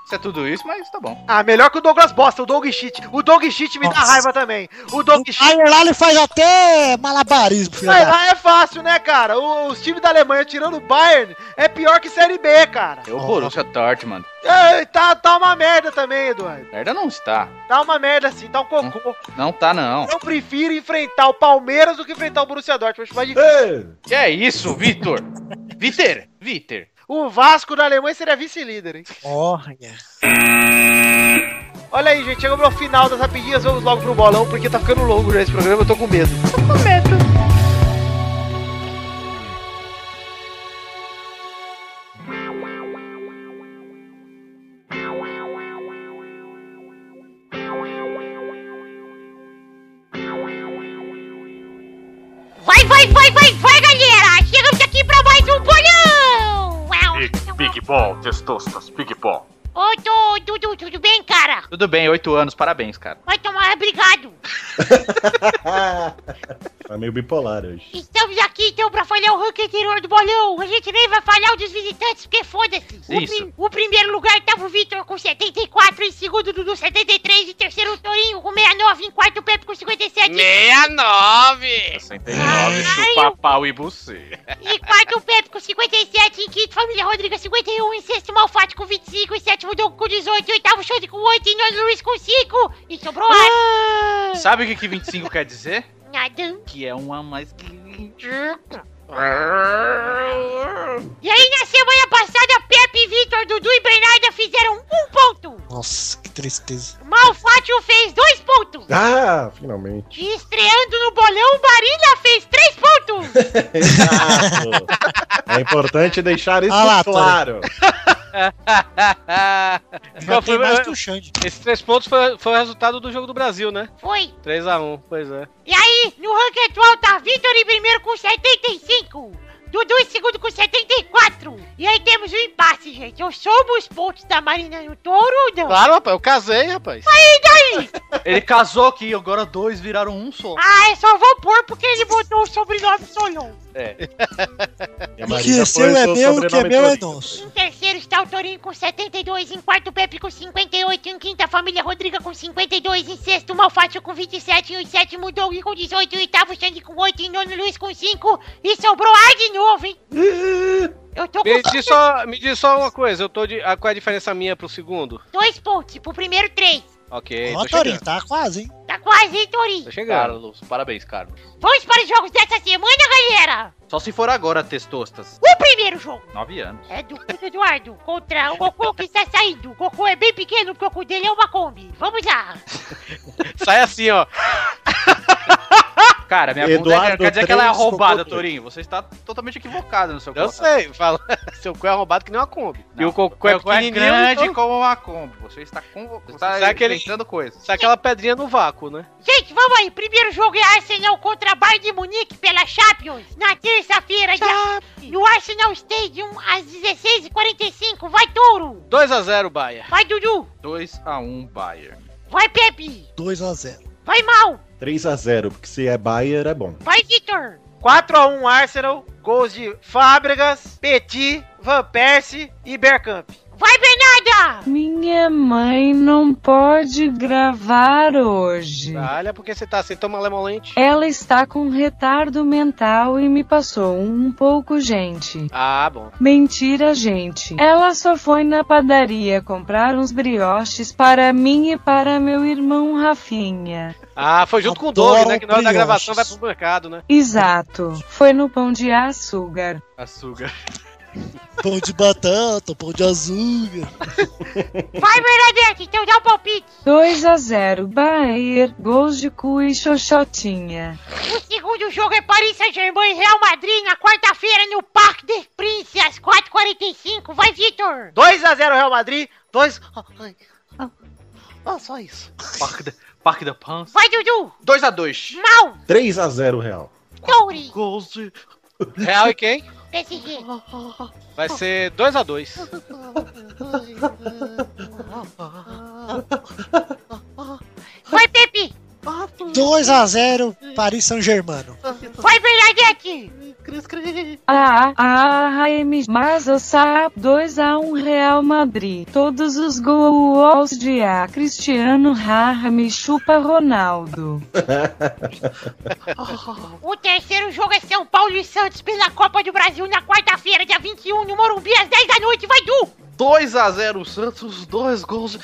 Isso é tudo isso, mas tá bom. Ah, melhor que o Douglas Bosta, o Doug Shit. O Doug Shit me dá Nossa. raiva também. O O Doug Shit. Bayern lá ele faz até malabarismo, filho Mas da... lá é fácil, né, cara? O- Os times da Alemanha, tirando o Bayern, é pior que Série B, cara. Eu, Borussia Dortmund. É, tá, tá uma merda também, Eduardo. Merda não está. Tá uma merda assim, tá um cocô. Não tá, não. Eu prefiro enfrentar o Palmeiras do que enfrentar o Borussia Dortmund. Acho mais difícil. É, Que é isso, Vitor? Vitor, Vitor. O Vasco da Alemanha seria vice-líder, hein? Olha. Olha aí, gente, chegamos ao final das rapidinhas, vamos logo pro bolão, porque tá ficando longo já esse programa, eu tô com medo. Vai, vai, vai, vai, vai, galera! Chegamos aqui pra mais um bolão! Uau! Big Ball, testostas, Big Ball. Ô, tu- Dudu, tudo bem, cara? Tudo bem, oito anos, parabéns, cara. Vai tomar, obrigado! tá meio bipolar hoje. Estamos aqui então pra falhar o ranking anterior do bolão. A gente nem vai falhar o dos visitantes, porque foda-se. O, Isso. pri- o primeiro lugar tava o Vitor com 74, em segundo Dudu 73, em terceiro o Torinho com 69, em quarto o Pepe com 57, 69! 69, chupa pau e bucê. em quarto o Pepe com 57, em quinto Família é Rodriga 51, em sexto Malfate com 25, em sétimo Doug com 18, em oitavo Chute com 8, em nono Luiz com 5, e sobrou ar. Sabe o que, que 25 quer dizer? Nada. Que é um a mais que 20. E aí na semana passada, Pepe, Vitor, Dudu e Bernarda fizeram um ponto. Nossa, que tristeza. Malfátio fez dois pontos. Ah, finalmente. E estreando no bolão, Barilla fez três pontos. Exato. é importante deixar isso Ah lá, claro. É, Já tem foi- né? mais que o Xande. Esses três pontos foi, foi o resultado do jogo do Brasil, né? Foi. 3x1, pois é. E aí, no ranking atual tá Vitor em primeiro com 75. Dudu em segundo com 74. E aí temos o empate, gente. Eu soube os pontos da Marina no touro, não? Claro, rapaz, eu casei, rapaz. Ele casou aqui, agora dois viraram um só. Ah, eu só vou pôr porque ele botou o sobrenome Solon. E a O Marina que é seu foi é seu meu, o que é sobrenome meu é Torinho. nosso. Em terceiro está o Torinho com 72, em quarto Pepe com 58, em quinta a família Rodriga com 52, em sexto Malfátio com 27, em sétimo Doug com 18, em oitavo Xande com 8, em nono Luiz com 5 e sobrou ar de novo, hein? Eu tô com Me diz só, me diz só uma coisa, eu tô de. a- qual é a diferença minha pro segundo? dois pontos, pro primeiro três. Ok, Ó, tô chegando. Torinho, tá quase, hein? Tá quase, hein, Torinho? Tô chegando. Carlos, parabéns, Carlos. Vamos para os jogos dessa semana, galera! Só se for agora, testostas. O primeiro jogo Nove anos. é do Pedro Eduardo contra o Goku que está saindo. O Goku é bem pequeno, o Goku dele é uma Kombi. Vamos lá! Sai assim, ó. Cara, minha bunda é grande. Eduardo Quer dizer que ela é Três roubada, Cocô Preto. Torinho. Você está totalmente equivocado no seu Eu colocação. sei, fala. Seu cu é roubado que nem uma Kombi. Não, e o cocô é Meu cu é pequenininho. grande então, como uma Kombi. Você está, com... você está Será que ele- inventando coisas. Sai aquela pedrinha no vácuo, né? Gente, vamos aí. Primeiro jogo é Arsenal contra Bayern de Munique pela Champions. Na terça-feira, dia... no Arsenal Stadium, às 16h45. Vai, Touro. 2x0, Baia. Vai, Dudu. 2x1 Bayern. Vai, Pepe. 2x0. Vai, Mal. 3x0, porque se é Bayer é bom. Vai, Victor. 4x1 Arsenal, gols de Fábregas, Petit, Van Persie e Bergkamp. Vai, Bernarda. Minha mãe não pode gravar hoje. Olha, porque você tá assim tão malemolente. Ela está com retardo mental e me passou um pouco, gente. Ah, bom. Mentira, gente. Ela só foi na padaria comprar uns brioches para mim e para meu irmão Rafinha. Ah, foi junto com o Adoro Doug, né? Que na hora da brioches. gravação vai pro mercado, né? Exato. Foi no pão de açúcar. Açúcar. Pão de batata, pão de azúcar. Vai, Bernadette. Então dá o palpite. 2 a 0 Bayer, gols de cu e xoxotinha. O segundo jogo é Paris Saint-Germain e Real Madrid na quarta-feira no Parque des Princes, às 4h45. Vai, Victor. 2x0 Real Madrid, 2... Ah, ai, ah, ah, só isso. Parque da, Parque da Pança. Vai, Dudu. 2x2. Mal. 3x0 Real. Touri. Gols de... Real e quem? PSG. Vai ser 2x2. Vai, Pepe. 2x0, Paris Saint-Germain. Vai, Bernadette. Ah, ah, ah, M. Mas eu sa 2 a 1 Real Madrid. Todos os gols de A. Cristiano Raha me chupa Ronaldo. O terceiro jogo é São Paulo e Santos pela Copa do Brasil na quarta-feira, dia 21, no Morumbi, às 10 da noite. Vai, Du! 2x0 Santos, dois gols. de-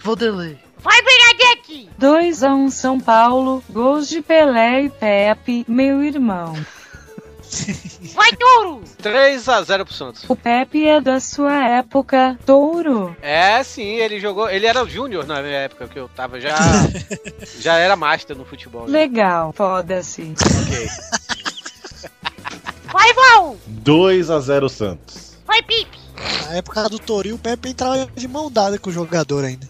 Vanderlei. Vai, Bernadette! 2 a 1 São Paulo. Gols de Pelé e Pepe, meu irmão. Vai, Touro! 3x0 pro Santos. O Pepe é da sua época, touro. É, sim, ele jogou. Ele era o Júnior na minha época que eu tava já. já era master no futebol. né? Legal, foda-se. Vai, Val! 2x0 Santos. Vai, Pipe! Na época do Toril, o Pepe entrava de mão dada com o jogador ainda.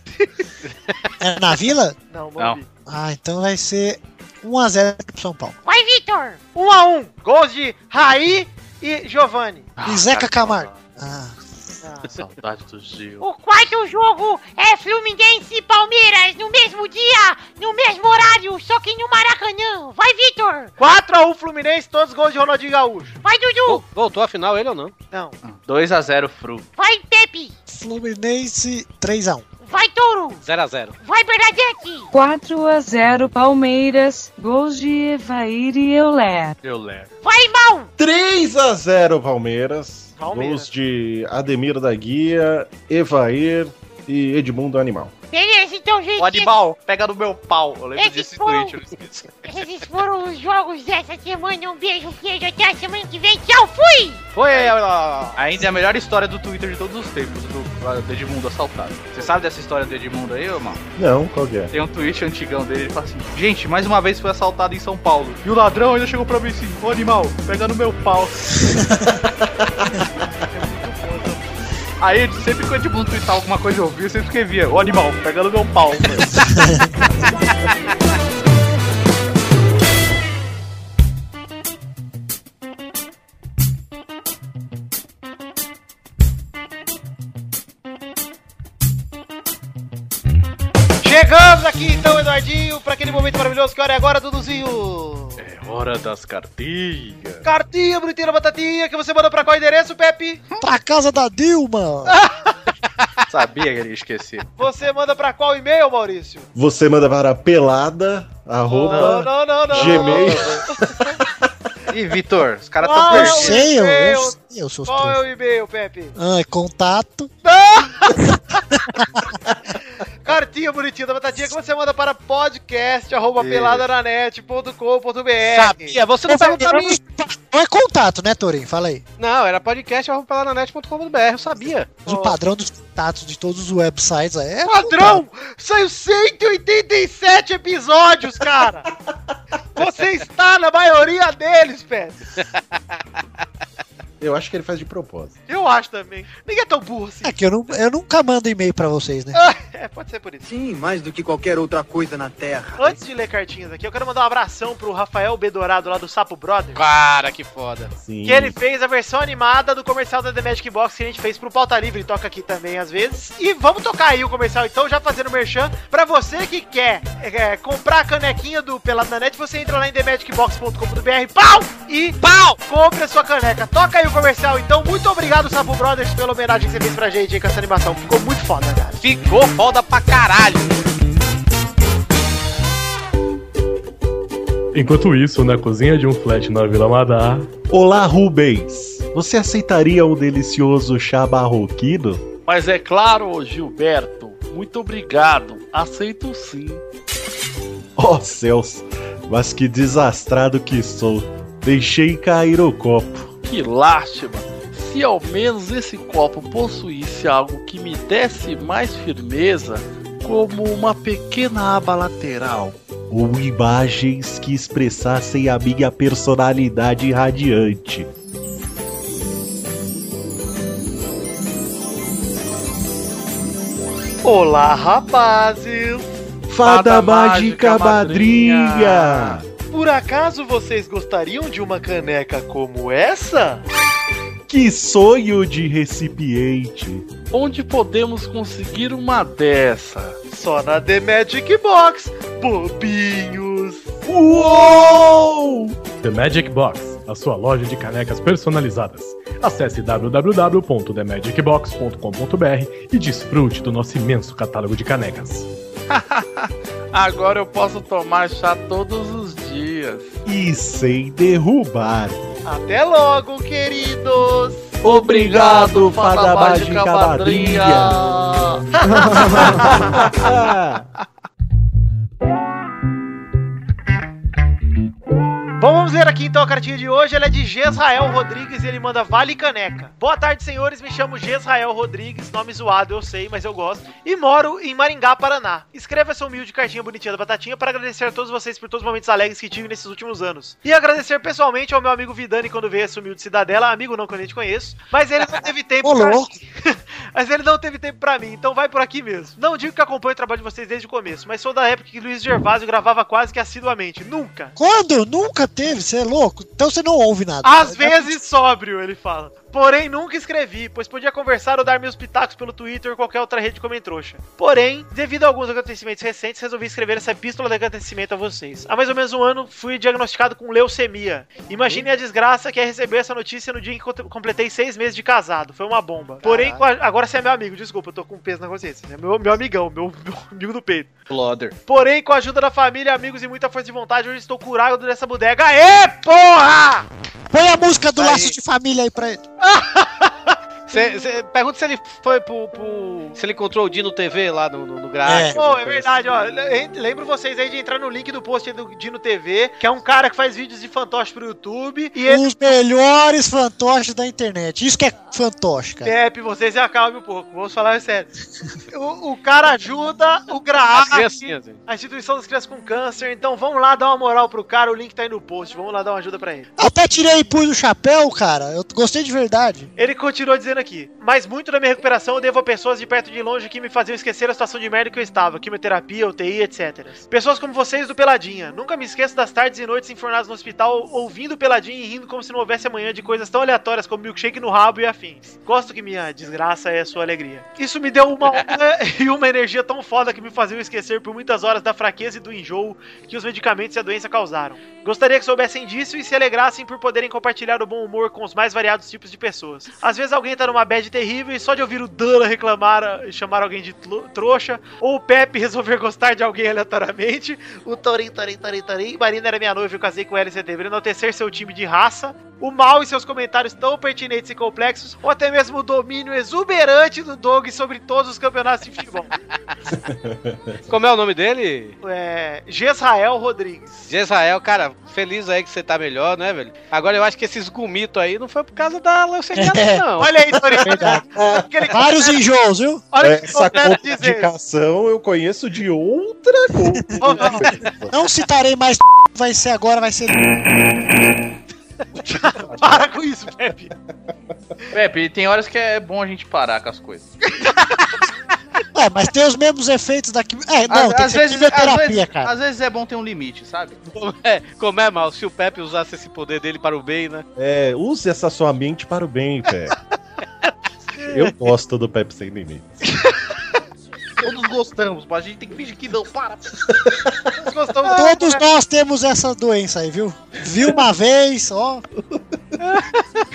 Era na Vila? Não, Não. Morumbi. Ah, então vai ser 1x0 pro São Paulo. Vai, Vitor! 1x1, gols de Raí e Giovanni. E Zeca Camargo. Ah, Saudade do Gil. O quarto jogo é Fluminense e Palmeiras no mesmo dia, no mesmo horário, só que no Maracanã. Vai, Vitor! 4x1 Fluminense, todos gols de Ronaldinho Gaúcho. Vai, Dudu! Vol- Voltou a final ele ou não? Não. 2x0 Fru. Vai, Pepe! Fluminense 3x1. Vai, Touro! 0x0. Vai, Bernadette! 4 a 0 Palmeiras. Gols de Evair e Euler. Eu lembro. Vai, Mal! 3x0 Palmeiras. Palmeiras. Gols de Ademir da Guia, Evair e Edmundo Animal. Beleza, então, gente. O animal pega no meu pau. Eu lembro Esse desse foi- tweet, eu não esqueci. Esses foram os jogos dessa semana. Um beijo, queijo. Até a semana que vem. Tchau, fui! Foi, ó. Ainda é a melhor história do Twitter de todos os tempos, do, do Edmundo assaltado. Você sabe dessa história do Edmundo aí, ô, mano? Não, qual que é? Tem um tweet antigão dele, ele fala assim: Gente, mais uma vez foi assaltado em São Paulo. E o ladrão ainda chegou pra mim assim: Ô animal, pega no meu pau. Aí sempre que o Edmundo tweetava alguma coisa eu ouvia, eu sempre escrevia: Ô animal, pega no meu pau. Chegamos aqui então, Eduardinho, pra aquele momento maravilhoso que hora é agora, Duduzinho. É hora das cartinhas. Cartinha, bonitinha, batatinha, que você mandou pra qual endereço, Pepe? Pra casa da Dilma! Sabia que ele ia esquecer. Você manda pra qual e-mail, Maurício? Você manda para pelada, Não, arroba, não, não, não. gmail. Ih, Vitor, os caras Ah, tão Eu Não, perdidos. sei, eu, eu, eu- sei, eu sou Qual é estúpido. o e-mail, Pepe? Ah, é contato. Cartinha bonitinha da batatinha que você manda para podcast arroba Isso. peladananet.com.br. Sabia, você não pergunta pra mim. Não é contato, né, Torin? Fala aí. Não, era podcast.peladanet.com.br, eu sabia. Oh. O padrão dos contatos de todos os websites é. Padrão! Saiu 187 episódios, cara! Você está na maioria deles, Pedro! Eu acho que ele faz de propósito. Eu acho também. Ninguém é tão burro assim. É que eu, não, eu nunca mando e-mail pra vocês, né? Ah, é, pode ser por isso. Sim, mais do que qualquer outra coisa na Terra. Antes de ler cartinhas aqui, eu quero mandar um abração pro Rafael Bedorado lá do Sapo Brothers. Cara, que foda. Que ele fez a versão animada do comercial da The Magic Box que a gente fez pro Pauta Livre, ele toca aqui também às vezes. E vamos tocar aí o comercial então, já fazendo merchan. Pra você que quer é, comprar a canequinha do Pelado na Net, você entra lá em TheMagicBox.com.br, pau! E pau! Compre a sua caneca. Toca aí o comercial então. Muito obrigado, Sapo Brothers, pela homenagem que você fez pra gente aí com essa animação. Ficou muito foda, cara. Ficou foda pra caralho. Enquanto isso, na cozinha de um flat na Vila Madá. Olá, Rubens. Você aceitaria um delicioso chá barroquido? Mas é claro, Gilberto, muito obrigado. Aceito sim. Oh, céus, mas que desastrado que sou. Deixei cair o copo. Que lástima! Se ao menos esse copo possuísse algo que me desse mais firmeza, como uma pequena aba lateral. Ou imagens que expressassem a minha personalidade radiante. Olá, rapazes! Fada, mágica, madrinha. Por acaso vocês gostariam de uma caneca como essa? Que sonho de recipiente! Onde podemos conseguir uma dessa? Só na The Magic Box, bobinhos! Uou! The Magic Box, a sua loja de canecas personalizadas. Acesse www.themagicbox.com.br e desfrute do nosso imenso catálogo de canecas. Agora eu posso tomar chá todos os dias. E sem derrubar. Até logo, queridos! Obrigado, Fada Mágica Madrinha. Madrinha. Bom, vamos ler aqui então a cartinha de hoje. Ela é de Gesrael Rodrigues e ele manda Vale Caneca. Boa tarde, senhores. Me chamo Gesrael Rodrigues. Nome zoado, eu sei, mas eu gosto. E moro em Maringá, Paraná. Escreva essa humilde cartinha bonitinha da Batatinha para agradecer a todos vocês por todos os momentos alegres que tive nesses últimos anos. E agradecer pessoalmente ao meu amigo Vidani quando veio essa humilde cidadela. Amigo não que eu nem te conheço. Mas ele não teve tempo Ô, louco. mas ele não teve tempo pra mim, então vai por aqui mesmo. Não digo que acompanho o trabalho de vocês desde o começo, mas sou da época que Luiz Gervásio gravava quase que assiduamente. Nunca. Quando? Nunca teve, você é louco? Então você não ouve nada. Às vezes sóbrio, ele fala. Porém, nunca escrevi, pois podia conversar ou dar meus pitacos pelo Twitter ou qualquer outra rede como trouxa. Porém, devido a alguns acontecimentos recentes, resolvi escrever essa epístola de agradecimento a vocês. Há mais ou menos um ano, fui diagnosticado com leucemia. Imagine a desgraça que é receber essa notícia no dia em que eu completei seis meses de casado. Foi uma bomba. Porém, com a- agora você é meu amigo, desculpa, eu tô com peso na consciência. É meu, meu amigão, meu- meu amigo do peito. Blother. Porém, com a ajuda da família, amigos e muita força de vontade, hoje estou curado dessa bodega. Aê, porra! Põe a música do Laço de Família aí pra ele. Cê, cê- pergunta se ele foi pro, pro- Se ele encontrou o Dino TV lá no, no, no Graça. Pô, é verdade, ó. Le- Lembro vocês aí de entrar no link do post aí do Dino TV, que é um cara que faz vídeos de fantoche pro YouTube. E ele, Os Um melhores fantoches da internet. Isso que é fantoche, cara. Pepe, vocês se acalmem um pouco, vamos falar sério. O, o cara ajuda o Graal, As criancinhas. hein? a instituição das crianças com câncer. Então vamos lá dar uma moral pro cara, o link tá aí no post. Vamos lá dar uma ajuda pra ele. Até tirei e pus o chapéu, cara. Eu gostei de verdade. Ele continuou dizendo aqui: Mas muito da minha recuperação eu devo a pessoas de perto e de longe que me faziam esquecer a situação de merda que eu estava, quimioterapia, UTI, etc. Pessoas como vocês do Peladinha. Nunca me esqueço das tardes e noites enfornadas no hospital, ouvindo o Peladinha e rindo como se não houvesse amanhã de coisas tão aleatórias como milkshake no rabo e afins. Gosto que minha desgraça é a sua alegria. Isso me deu uma onda e uma energia tão foda que me faziam esquecer por muitas horas da fraqueza e do enjoo que os medicamentos e a doença causaram. Gostaria que soubessem disso e se alegrassem por poderem compartilhar o bom humor com os mais variados tipos de pessoas. Às vezes alguém tá numa bad terrível e só de ouvir o Dana reclamar ah, e chamar alguém de tlo- trouxa, ou o Pepe resolver gostar de alguém aleatoriamente, o Torim, Torim, Torim, Torim, Marina era minha noiva, eu casei com ela em setembro, enaltecer seu time de raça, o mal e seus comentários tão pertinentes e complexos, ou até mesmo o domínio exuberante do Doug sobre todos os campeonatos de futebol. Como é o nome dele? É. Gesrael Rodrigues. Israel, cara, feliz aí que você tá melhor, né, velho? Agora eu acho que esses gumitos aí não foi por causa da leucemia, É. não. Olha aí, Torinho. Vários enjoos, viu? Olha o é que É, Essa eu quero dizer. contradicação eu conheço de outra Não, não citarei mais. Vai ser agora, vai ser. Para com isso, Pepe. Pepe, tem horas que é bom a gente parar com as coisas. Ué, É, mas tem os mesmos efeitos da quimio... É, não, tem que ser quimioterapia, às vezes- cara. às vezes é bom ter um limite, sabe? Como é, como é mal, se o Pepe usasse esse poder dele para o bem, né? É, use essa sua mente para o bem, Pé. Eu gosto do Pepe Sem Limites. Todos gostamos, mas a gente tem que fingir que não. Para! Nós gostamos Todos nós temos essa doença aí, viu? Viu uma vez, ó.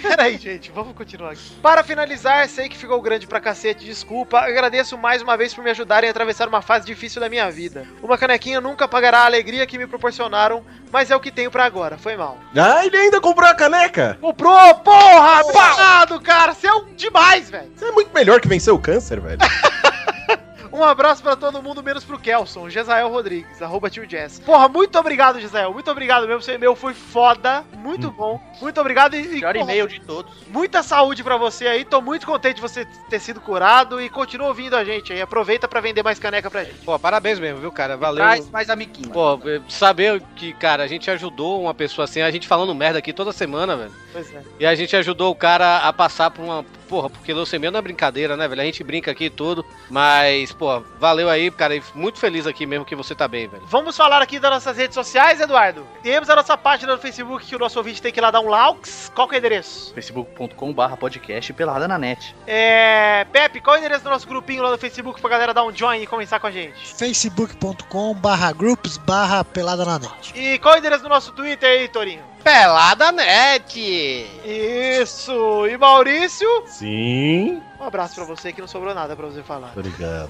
Peraí, gente, vamos continuar aqui. Para finalizar, sei que ficou grande pra cacete, desculpa. Agradeço mais uma vez por me ajudarem a atravessar uma fase difícil da minha vida. Uma canequinha nunca pagará a alegria que me proporcionaram, mas é o que tenho pra agora. Foi mal. Ah, ele ainda comprou a caneca! Comprou, porra! Obrigado, cara! Você é um demais, velho! Você é muito melhor que vencer o câncer, velho. Um abraço pra todo mundo, menos pro Kelson, Jezael Rodrigues, arroba tio Jess. Porra, muito obrigado, Jezael. Muito obrigado mesmo. Você é meu foi foda. Muito bom. Muito obrigado e. e, Melhor porra, e-mail de todos. Muita saúde pra você aí. Tô muito contente de você ter sido curado e continua ouvindo a gente aí. Aproveita pra vender mais caneca pra gente. Pô, parabéns mesmo, viu, cara? Valeu. Traz mais amiguinho. Pô, saber que, cara, a gente ajudou uma pessoa assim, a gente falando merda aqui toda semana, velho. Pois é. E a gente ajudou o cara a passar por uma. Porra, porque leucemia não é brincadeira, né, velho? A gente brinca aqui e tudo. Mas, pô, valeu aí, cara. E muito feliz aqui mesmo que você tá bem, velho. Vamos falar aqui das nossas redes sociais, Eduardo. Temos a nossa página no Facebook que o nosso ouvinte tem que ir lá dar um likes. Qual que é o endereço? facebook.com.br podcast pelada na net. É. Pepe, qual é o endereço do nosso grupinho lá no Facebook pra galera dar um join e começar com a gente? facebook.com barra groups barra pelada na net. E qual é o endereço do nosso Twitter aí, Torinho? Pelada Net! Isso! E Maurício? Sim. Um abraço pra você que não sobrou nada pra você falar. Obrigado.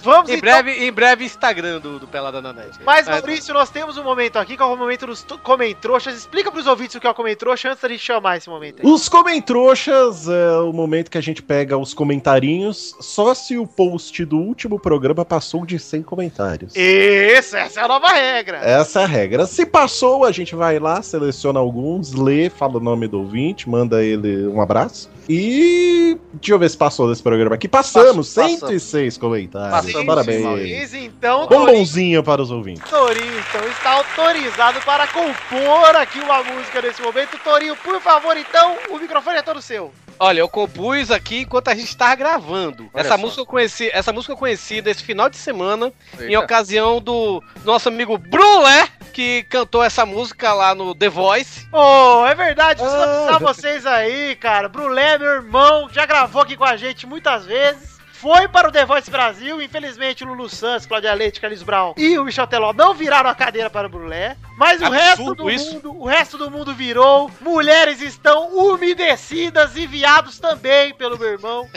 Vamos Em então- breve, em breve Instagram do, do Pelada na Net. Mas, É, Maurício, nós temos um momento aqui que é o momento dos tu- Comentroxas. Explica pros ouvintes o que é o Comentrouxa antes da gente chamar esse momento aí. Os comentroxas é o momento que a gente pega os comentarinhos só se o post do último programa passou de 100 comentários. Isso, essa é a nova regra. Essa é a regra. Se passou, a gente vai lá, seleciona alguns, lê, fala o nome do ouvinte, manda ele um abraço. E deixa eu ver se passou desse programa aqui. Passamos, Passou, 106 comentários. Passamos, Parabéns. Mas então, Torinho, Bombonzinho para os ouvintes. Torinho então, está autorizado para compor aqui uma música nesse momento. Torinho, por favor, então, o microfone é todo seu. Olha, eu compus aqui enquanto a gente tava gravando. Olha essa, só. música eu conheci, essa música eu conheci desse final de semana, em Eita. ocasião do nosso amigo Brulé, que cantou essa música lá no The Voice. Oh, é verdade, preciso Ah. avisar vocês aí, cara. Brulé, meu irmão, já gravou aqui com a gente muitas vezes. Foi para o The Voice Brasil, infelizmente o Lulu Santos, Cláudia Leite, Carlos Brown e o Michel Teló não viraram a cadeira para o Brulé, mas o Absurdo resto do isso. mundo, o resto do mundo virou. Mulheres estão umedecidas e viados também pelo meu irmão.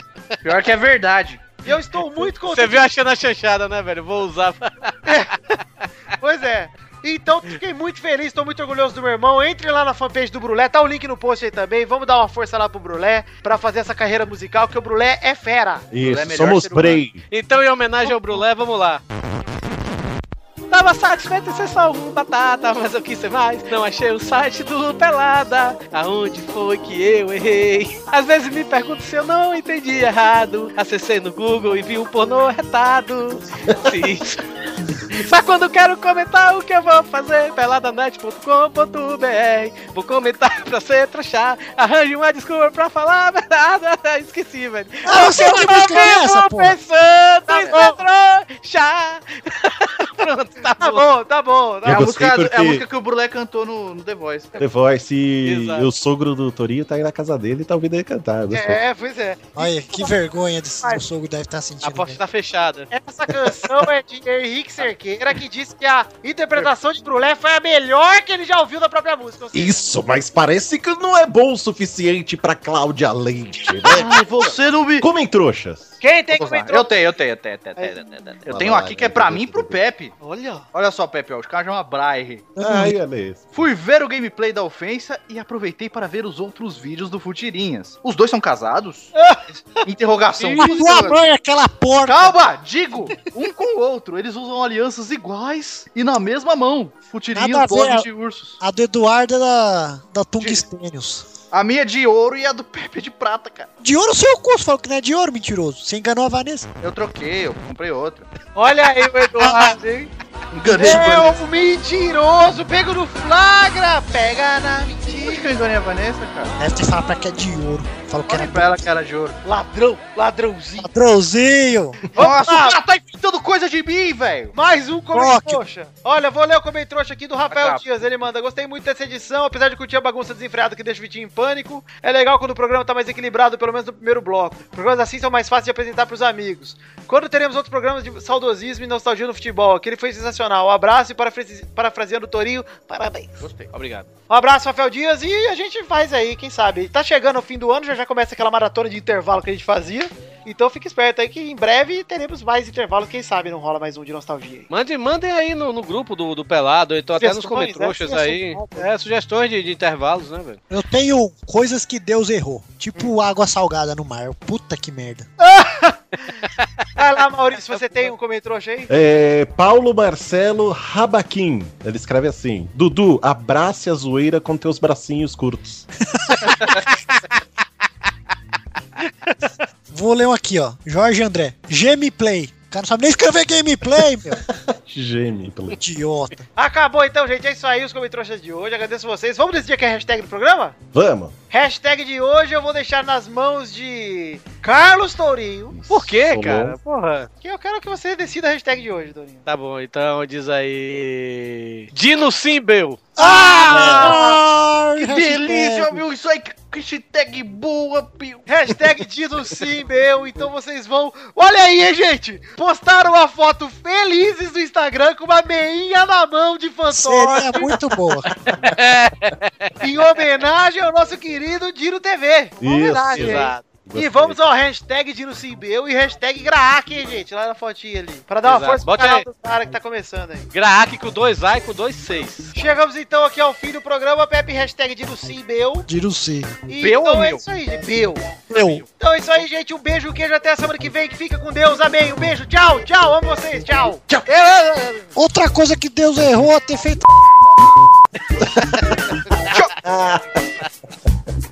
Pior que é verdade. E eu estou Você muito contente. viu achando a chanchada, né, velho? Vou usar. Pois é. Então, fiquei muito feliz, estou muito orgulhoso do meu irmão. Entre lá na fanpage do Brulé, tá o link no post aí também. Vamos dar uma força lá pro Brulé pra fazer essa carreira musical, que o Brulé é fera. Isso, melhor somos ser humano. Prey. Então, em homenagem ao Brulé, vamos lá. Tava satisfeito em ser só um batata, mas eu quis ser mais. Não achei o site do Pelada. Aonde foi que eu errei? Às vezes me pergunto se eu não entendi errado. Acessei no Google e vi um pornô retado. Sim. Mas quando quero comentar o que eu vou fazer, peladanet.com.br. Vou comentar pra você trouxar. Arranje uma desculpa pra falar a verdade. Esqueci, velho. Ah, não sei que música é essa, pô. pô. pensando Tá em bom. ser trouxa. Pronto, tá, Tá bom. bom, tá bom. Eu É a, gostei música, é a porque- música que o Brulé cantou no, no The Voice. The Voice. E Exato. o sogro do Torinho tá aí na casa dele e tá ouvindo ele cantar. gostou. É, pois é. Olha, que vergonha desse o sogro deve estar A sentindo. né? porta velho. tá fechada. Essa canção é de Henrique Cerqueira, que disse que a interpretação de Brulé foi a melhor que ele já ouviu da própria música. Ou seja, Isso, mas parece que não é bom o suficiente pra Cláudia Leite, né? Ai, você não me. Comem trouxas. Quem tem Eu tenho, que comentar? um eu tenho, eu tenho, eu tenho, eu tenho, eu tenho. Eu tenho aqui que é pra mim e pro Pepe. Pepe. Olha. Olha só, Pepe, ó, os caras chamam Braille. Ai, olha isso. Fui ver o gameplay da ofensa e aproveitei para ver os outros vídeos do Futirinhas. Os dois são casados? Interrogação. A tua mãe, é aquela porca. Calma, digo, um com o outro. Eles usam alianças iguais e na mesma mão. Nada a Futirinhas, ver, bode a- de ursos. A do Eduardo é da, da Tungstênios. A minha é de ouro e a do Pepe é de prata, cara. De ouro seu curso, falou que não é de ouro, mentiroso. Você enganou a Vanessa. Eu troquei, eu comprei outra. Olha aí o Eduardo, hein? Enganei a Meu mentiroso, pego no flagra, pega na Onde mentira. que eu enganei a Vanessa, cara? Deve ter falado pra que é de ouro. Falou que era Olha pra ela que era de ouro. Ladrão, ladrãozinho. padrãozinho. Nossa, o cara tá inventando coisa de mim, velho. Mais um Troque. Comentrouxa. Olha, vou ler o Comentrouxa aqui do Rafael Acaba. Dias. Ele manda: Gostei muito dessa edição, apesar de curtir a bagunça desenfreada que deixa o Vitinho em pânico. É legal quando o programa tá mais equilibrado, pelo menos no primeiro bloco. Programas assim são mais fáceis de apresentar pros amigos. Quando teremos outros programas de saudosismo e nostalgia no futebol? Aquele foi sensacional. Um abraço e parafrase- parafraseando o Torinho, parabéns. Gostei. Obrigado. Um abraço, Rafael Dias, e a gente faz aí, quem sabe. Tá chegando o fim do ano, já já começa aquela maratona de intervalo que a gente fazia. Então fique esperto aí que em breve teremos mais intervalos, quem sabe não rola mais um de nostalgia aí. Mandem, mandem aí no, no grupo do, do Pelado, ou então até nos Sugestões, comentrouxas é, aí. É, sugestões de, de intervalos, né, velho? Eu tenho coisas que Deus errou. Tipo água salgada no mar. Puta que merda. Vai Ah, lá, Maurício, você tem um comentrouxa aí? É, Paulo Marcelo Rabaquim. Ele escreve assim: Dudu, abrace a zoeira com teus bracinhos curtos. Vou ler um aqui, ó. Jorge André. Gameplay. O cara não sabe nem escrever gameplay, meu. Geme, pelo Idiota. Acabou então, gente. É isso aí, os comentrouxas de hoje. Agradeço vocês. Vamos decidir aqui a hashtag do programa? Vamos. Hashtag de hoje eu vou deixar nas mãos de Carlos Tourinho. Por quê, Tá cara? bom. Porra. Que eu quero que você decida a hashtag de hoje, Tourinho. Tá bom, então diz aí. Dino Simbel. Ah! É Que delícia, um meu. Isso aí, que hashtag boa, Pio. Hashtag Dino Sim meu, então vocês vão. Olha aí, hein, gente! Postaram uma foto felizes no Instagram com uma meinha na mão de fantoche Seria é muito boa. em homenagem ao nosso querido Dino TV. Uma homenagem, hein? exato. E vamos ao hashtag Dino Simbeu e hashtag Graak, hein, gente? Lá na fotinha ali. Pra dar uma Exato. força pro Bota canal aí. do cara que tá começando aí. Graak com dois A e com dois seis. Chegamos então aqui ao fim do programa, Pepe, hashtag Dino Simbeu. Diruci. E Beu então ou é meu? isso aí, gente. Beu. Eu. Então é isso aí, gente. Um beijo, um queijo. Até a semana que vem. Que fica com Deus. Amém. Um beijo. Tchau, tchau. Amo vocês. Tchau. Tchau. Outra coisa que Deus errou é ter feito.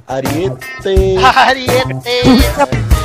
Ariete. Ariete.